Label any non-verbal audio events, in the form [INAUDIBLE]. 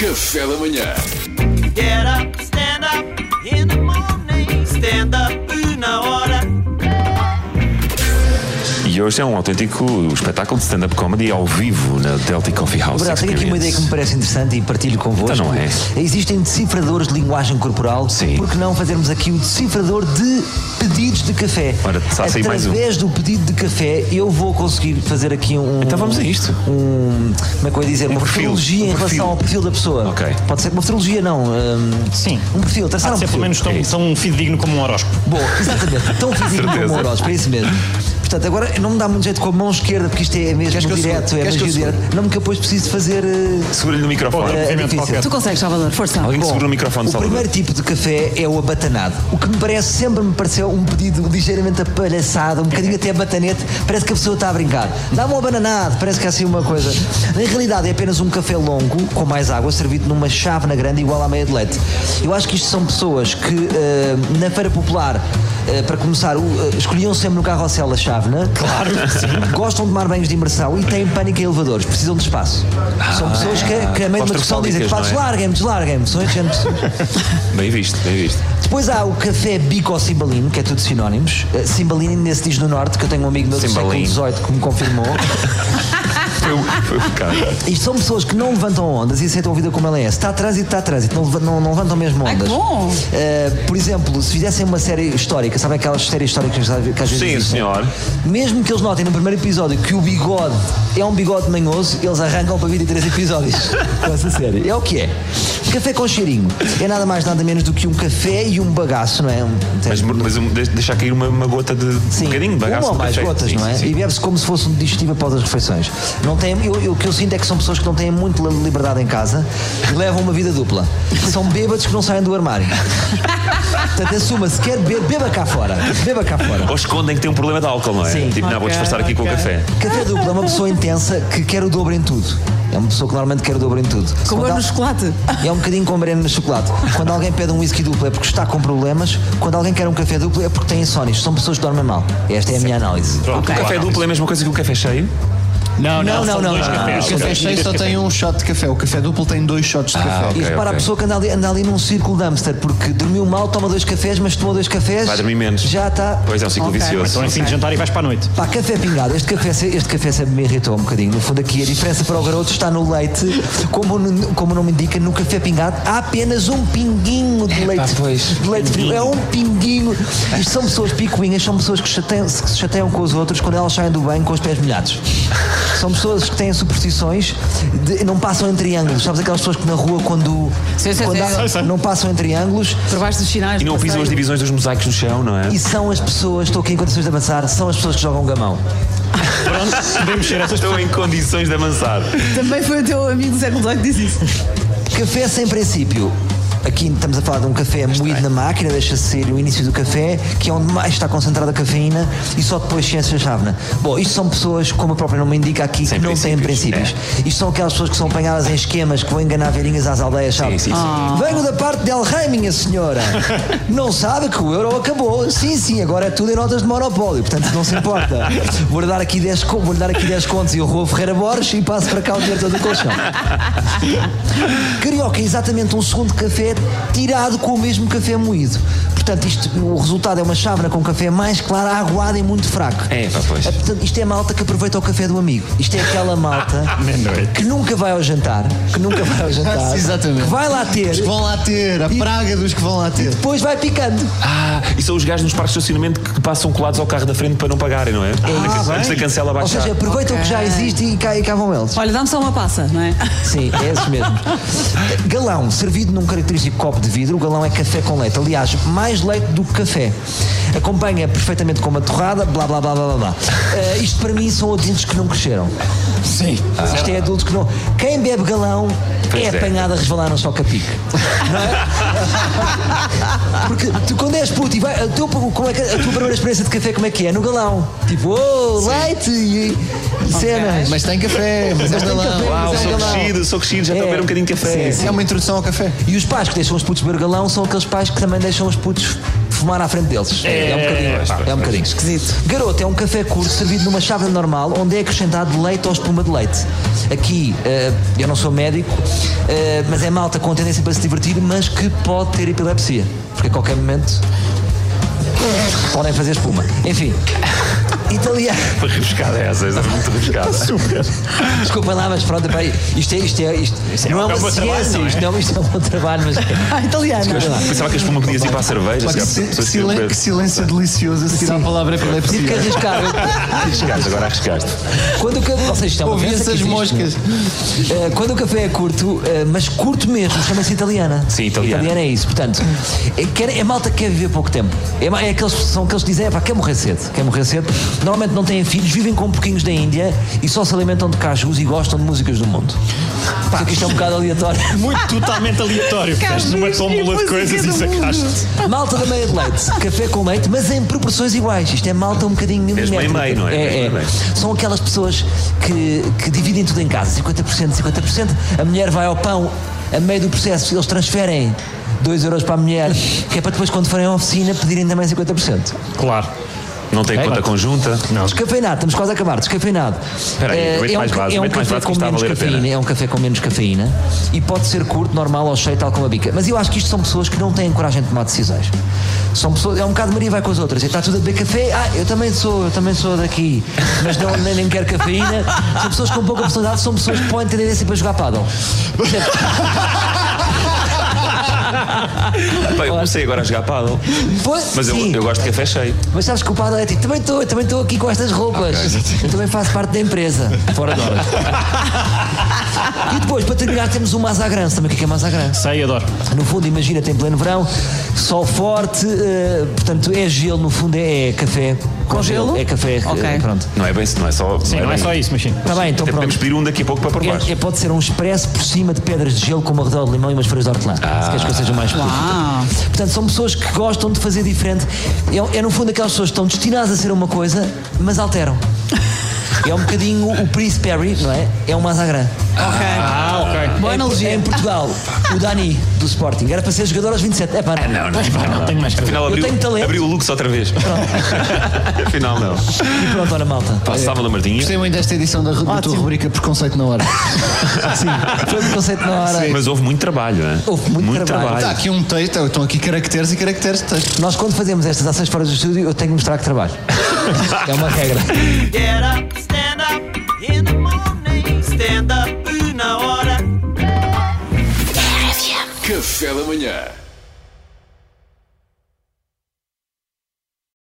Café da manhã. Get up, stand up in the morning. Stand up na hora. E hoje é um autêntico espetáculo de stand-up comedy ao vivo na Delta Coffee House. Verdade, tenho aqui uma ideia que me Experience. parece interessante e partilho convosco. Então não é. Existem decifradores de linguagem corporal. Sim. Por que não fazermos aqui o decifrador de pedidos de café? Ora, está a sair mais um. Através do pedido de café, eu vou conseguir fazer aqui um. Então vamos a isto. Um, como é que eu ia dizer? uma perfil, futurologia um em perfil. relação ao perfil da pessoa. Ok. Pode ser uma futurologia, não. hum, Sim. Um perfil, traçar um Há de ser perfil. pelo menos tão, É isso. tão fidedigno como um horóscopo. Bom, [LAUGHS] exatamente. Tão físico como Certeza. amorosos, para isso mesmo. Portanto, agora não me dá muito jeito com a mão esquerda, porque isto é mesmo Queres que eu direto, segure? é Queres que magia eu segure? direta. Não me que eu depois preciso de fazer. eh, Segura-lhe no microfone. É, é Movimento difícil. qualquer. Tu consegues, Salvador, força. Alguém que segura o microfone, o Salvador. primeiro tipo de café é o abatanado. O que me parece, sempre me pareceu um pedido ligeiramente apalhaçado, um bocadinho até batanete. Parece que a pessoa está a brincar. Dá-me um abananado, parece que é assim uma coisa. Na realidade, é apenas um café longo, com mais água, servido numa chávena grande, igual à meia de leite. Eu acho que isto são pessoas que, eh, na feira popular, eh, para começar, o- eh, escolhiam sempre no carrossel a chávena. Claro, [LAUGHS] Gostam de tomar banhos de imersão e têm pânico em elevadores, precisam de espaço. são pessoas que, que a meio de uma discussão dizem: Claustrofóbicas, pá, não é? deslarguem-me, deslarguem-me. São este género de pessoas. Bem visto, bem visto. Depois há o café bico ou cimbalino, que é tudo sinónimos. Eh, Cimbalino ainda se diz no norte, que eu tenho um amigo meu do Cimbalino. século XVIII que [LAUGHS] me confirmou. Foi, o- foi o [LAUGHS] cara. Isto são pessoas que não levantam ondas e aceitam a vida como ela é. Se está a trânsito, está a trânsito. Não, leva- não- não levantam mesmo Ai, Ah, que ondas. bom. Eh, por exemplo, se fizessem uma série histórica, sabem aquelas séries históricas que às vezes Sim, existem? senhor. Mesmo que eles notem no primeiro episódio que o bigode é um bigode manhoso, eles arrancam para [LAUGHS] 23 episódios com essa série. É o que é. Café com cheirinho. É nada mais, nada menos do que um café e um bagaço, não é? Um- Mas, mas um- de- deixar cair uma, uma gota de um bocadinho de bagaço. uma ou no mais café. gotas, Sim, não é? sim, sim. E bebe-se como se fosse um digestivo após as refeições. Não tem, eu, eu- o que eu sinto é que são pessoas que não têm muita liberdade em casa e levam uma vida dupla. São bêbados que não saem do armário. Portanto, assuma, se quer beber, beba cá fora. Beba cá fora. Ou escondem que tem um problema de álcool, não é? Sim. Tipo, não, vou Ok, disfarçar aqui com o ok. café. Café dupla é uma pessoa intensa que quer o dobro em tudo. É uma pessoa que normalmente quer o dobro em tudo. Com Quando gosto al- no chocolate. É um bocadinho com breno no chocolate. Quando alguém pede um whisky duplo é porque está com problemas. Quando alguém quer um café duplo é porque tem insónios. São pessoas que dormem mal. Esta é a minha análise. Pronto, Ok. o café duplo é a mesma coisa que o café cheio? Não, Não, não, são não, dois não, cafés. Ah, não, O café Dois cheio só cafés. tem um shot de café. O café duplo tem dois shots de café. Ah, ok. E repara, a pessoa que anda ali, anda ali num círculo dumpster, porque dormiu mal, toma dois cafés, mas tomou dois cafés. Vai dormir menos. Já tá. está. Pois é, um ciclo Ok. vicioso. Então é fim de jantar e vais para a noite. Pá, café pingado. Este café, se- este café sempre me irritou um bocadinho. No fundo, aqui a diferença para o garoto está no leite. Como, o n- como o nome indica, no café pingado há apenas um pinguinho de leite. De leite frio. É um pinguinho. Isto são pessoas picuinhas, são pessoas que chateiam, se- que se chateiam com os outros quando elas saem do banho com os pés molhados. São pessoas que têm superstições, de- não passam em triângulos. Sabes aquelas pessoas que na rua, quando, Sim, sim, quando sim. há- Sim, sim. não passam em triângulos, Por baixo dos sinais. E não do pisam as passeio. divisões dos mosaicos no chão, não é? e são as pessoas, estou aqui em condições de avançar, são as pessoas que jogam gamão. Pronto, podemos ser essas Estão pessoas. em condições de avançar. Também foi o teu amigo do século XVIII que disse isso. Café sem princípio. Aqui estamos a falar de um café moído na máquina, deixa-se sair o início do café, que é onde mais está concentrada a cafeína e só depois ciência chávena. Bom, isto são pessoas, como a própria nome indica aqui, Sem que não têm princípios, é. princípios. Isto são aquelas pessoas que são apanhadas em esquemas que vão enganar velhinhas às aldeias, sabe? sim, sim. Venho da parte de El Rei, [LAUGHS] minha senhora. não sabe que o euro acabou. Sim, sim, agora é tudo em notas de monopólio, portanto não se importa. Vou-lhe dar aqui 10, con- vou-lhe dar aqui 10 contos e o Rua Ferreira Borges e passo para cá o dinheiro todo do colchão. Carioca é exatamente um segundo café tirado com o mesmo café moído. Portanto, isto, o resultado é uma chávena com café mais claro, aguado e muito fraco. É, pá, pois. Portanto, isto é a malta que aproveita o café do amigo. Isto é [LAUGHS] aquela malta que nunca vai ao jantar, que nunca vai ao jantar, Exatamente. que vai lá ter, Os que vão lá ter, a praga dos que vão lá ter. depois vai picando. Ah, e são os gajos nos parques de estacionamento que passam colados ao carro da frente para não pagarem, não é? antes, Ah, da- antes da cancela Ou baixar. seja, aproveitam o que já Ok. existe e cá, e cá vão eles. Olha, dá-me só uma passa, não é? Sim, é [LAUGHS] esses mesmos. Galão, servido num característico copo de vidro, o galão é café com leite. Aliás, mais leite do que café. Acompanha perfeitamente com uma torrada, blá blá blá blá blá. blá. Eh, isto para mim são adultos que não cresceram. Sim. Isto é adultos que não. Quem bebe galão Pois é é. apanhado a resvalar no soca-pique. Não [LAUGHS] é? Porque tu, quando és puto e vai. A, teu- como é que- a tua primeira experiência de café, como é que é? No galão. Tipo, oh, leite e, e cenas. Mas tem café, mas é um galão. Uau, mas é um sou galão. crescido, sou crescido, já estou a É. beber um bocadinho de café. Sim, sim. É uma introdução ao café. E os pais que deixam os putos beber galão são aqueles pais que também deixam os putos fumar à frente deles. É, um bocadinho. pá, é um bocadinho. Esquisito. Garoto é um café curto servido numa chávena normal onde é acrescentado leite ou espuma de leite. Aqui, eh, eu não sou médico, eh, mas é malta com tendência para se divertir, mas que pode ter epilepsia. Porque a qualquer momento podem fazer espuma. Enfim. Italiano. Foi rebuscada essa, essa foi muito rebuscada. Super. Desculpem lá, mas pronto, peraí. Isto é, isto é, isto, não é é uma o meu ciência, trabalho, não é? isto não, isto é um bom trabalho, mas Ah, italiano. Desculpa. Pensava que a espuma podia ir para a cerveja. Pá, que, se calhar, si- pessoas que- silen- que silêncio delicioso a seguir à palavra é tive Tipo que epilepsia. arriscar. Arriscaste, agora arriscaste. Quando o café, vocês estão Ouvi essas moscas. quando o café é curto, eh, mas curto mesmo, chama-se italiana. Sim, italiana. Italiana é isso. Portanto, é, quer, é malta que quer viver pouco tempo. É, ma- é aqueles, são aqueles que dizem, é pá, quer morrer cedo. Quer morrer cedo. Normalmente não têm filhos, vivem com pouquinhos da Índia e só se alimentam de cachos e gostam de músicas do mundo. Só que isto é um bocado aleatório. Muito totalmente aleatório. Carlos, Fizeste uma tómbola de música coisas e do mundo. sacaste. Malta da meia de leite, café com leite, mas em proporções iguais. Isto é malta um bocadinho Mesmo em milimétrica. meio, não é? É, Mesmo em é. meio. São aquelas pessoas que, que dividem tudo em casa, 50%, 50%. A mulher vai ao pão, a meio do processo, eles transferem 2 euros para a mulher, que é para depois, quando forem à oficina, pedirem também 50%. Claro. É, Não tem conta conjunta. Não. Descafeinado, estamos quase a acabar, descafeinado. Espera aí, Eh, mete mais ca- vaso, mete mais vaso que com isto está a menos valer a pena. cafeína, é um café com menos cafeína e pode ser curto, normal ou cheio, tal como a bica. Mas eu acho que isto são pessoas que não têm coragem de tomar decisões. São pessoas, é um bocado Maria vai com as outras, e está tudo a beber café, ah, eu também sou, eu também sou daqui, mas não, nem, nem quero cafeína. São pessoas com pouca personalidade, são pessoas que podem ter tendência para [LAUGHS] jogar paddle. Bem, eu comecei agora a jogar paddle. Pois, Mas eu, sim, eu gosto de café cheio. mas sabes que o paddle é tipo, também estou, também estou aqui com estas roupas, eu também faço parte da empresa, fora de horas. E depois, para terminar, temos o Mazagran. Sabe o que é que é Mazagran? Sei, adoro. No fundo, imagina-te em pleno verão, sol forte, eh, portanto é gelo, no fundo é, é café. Com, gelo? É café, eh, Ok. pronto. Não é bem não é só. Sim, não é bem só isso, mas sim. Está bem, então Até podemos pronto. pedir um daqui a pouco para provar. É, é- pode ser um expresso por cima de pedras de gelo com uma redor de limão e umas folhas de hortelã. Ah. Se queres que eu seja mais específico. Ah, Portanto, são pessoas que gostam de fazer diferente. É, é, no fundo aquelas pessoas que estão destinadas a ser uma coisa, mas alteram. É um bocadinho o Prince Perry, não é? É um Mazagran. ok. Ah, ok. Boa Em- analogia. Em Portugal, o Dani do Sporting era para ser jogador aos 27. É pá, não. Não, não, Não tenho mais Afinal, abriu, tenho talento. abriu o Lux outra vez. [LAUGHS] Afinal, não. E pronto, ora malta. Passava da Martinha. Gostei muito desta edição da, da tua rubrica Preconceito na Hora. Foi um conceito na hora. Mas houve muito trabalho, não é? Houve muito trabalho. Tá, Está aqui um texto, estão aqui caracteres e caracteres de texto. Nós, quando fazemos estas ações fora do estúdio, eu tenho que mostrar que [LAUGHS] trabalho. É uma regra. Get up, stand up in the morning. Stand up, una hora. Café da manhã.